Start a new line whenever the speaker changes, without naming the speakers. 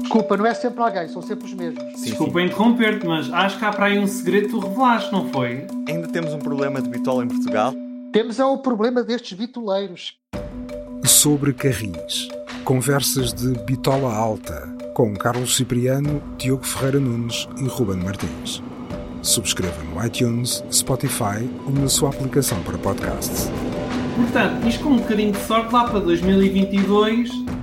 Desculpa, não é sempre alguém, são sempre os mesmos.
Sim,
Desculpa interromper-te, mas acho que há para aí um segredo que tu revelaste, não foi?
sim. Ainda temos um problema de bitola em Portugal.
Temos é o problema destes bitoleiros.
Sobre Carris. Conversas de Bitola Alta com Carlos Cipriano, Diogo Ferreira Nunes e Ruben Martins. Subscreva no iTunes, Spotify ou na sua aplicação para podcasts.
Portanto, isto com um bocadinho de sorte lá para 2022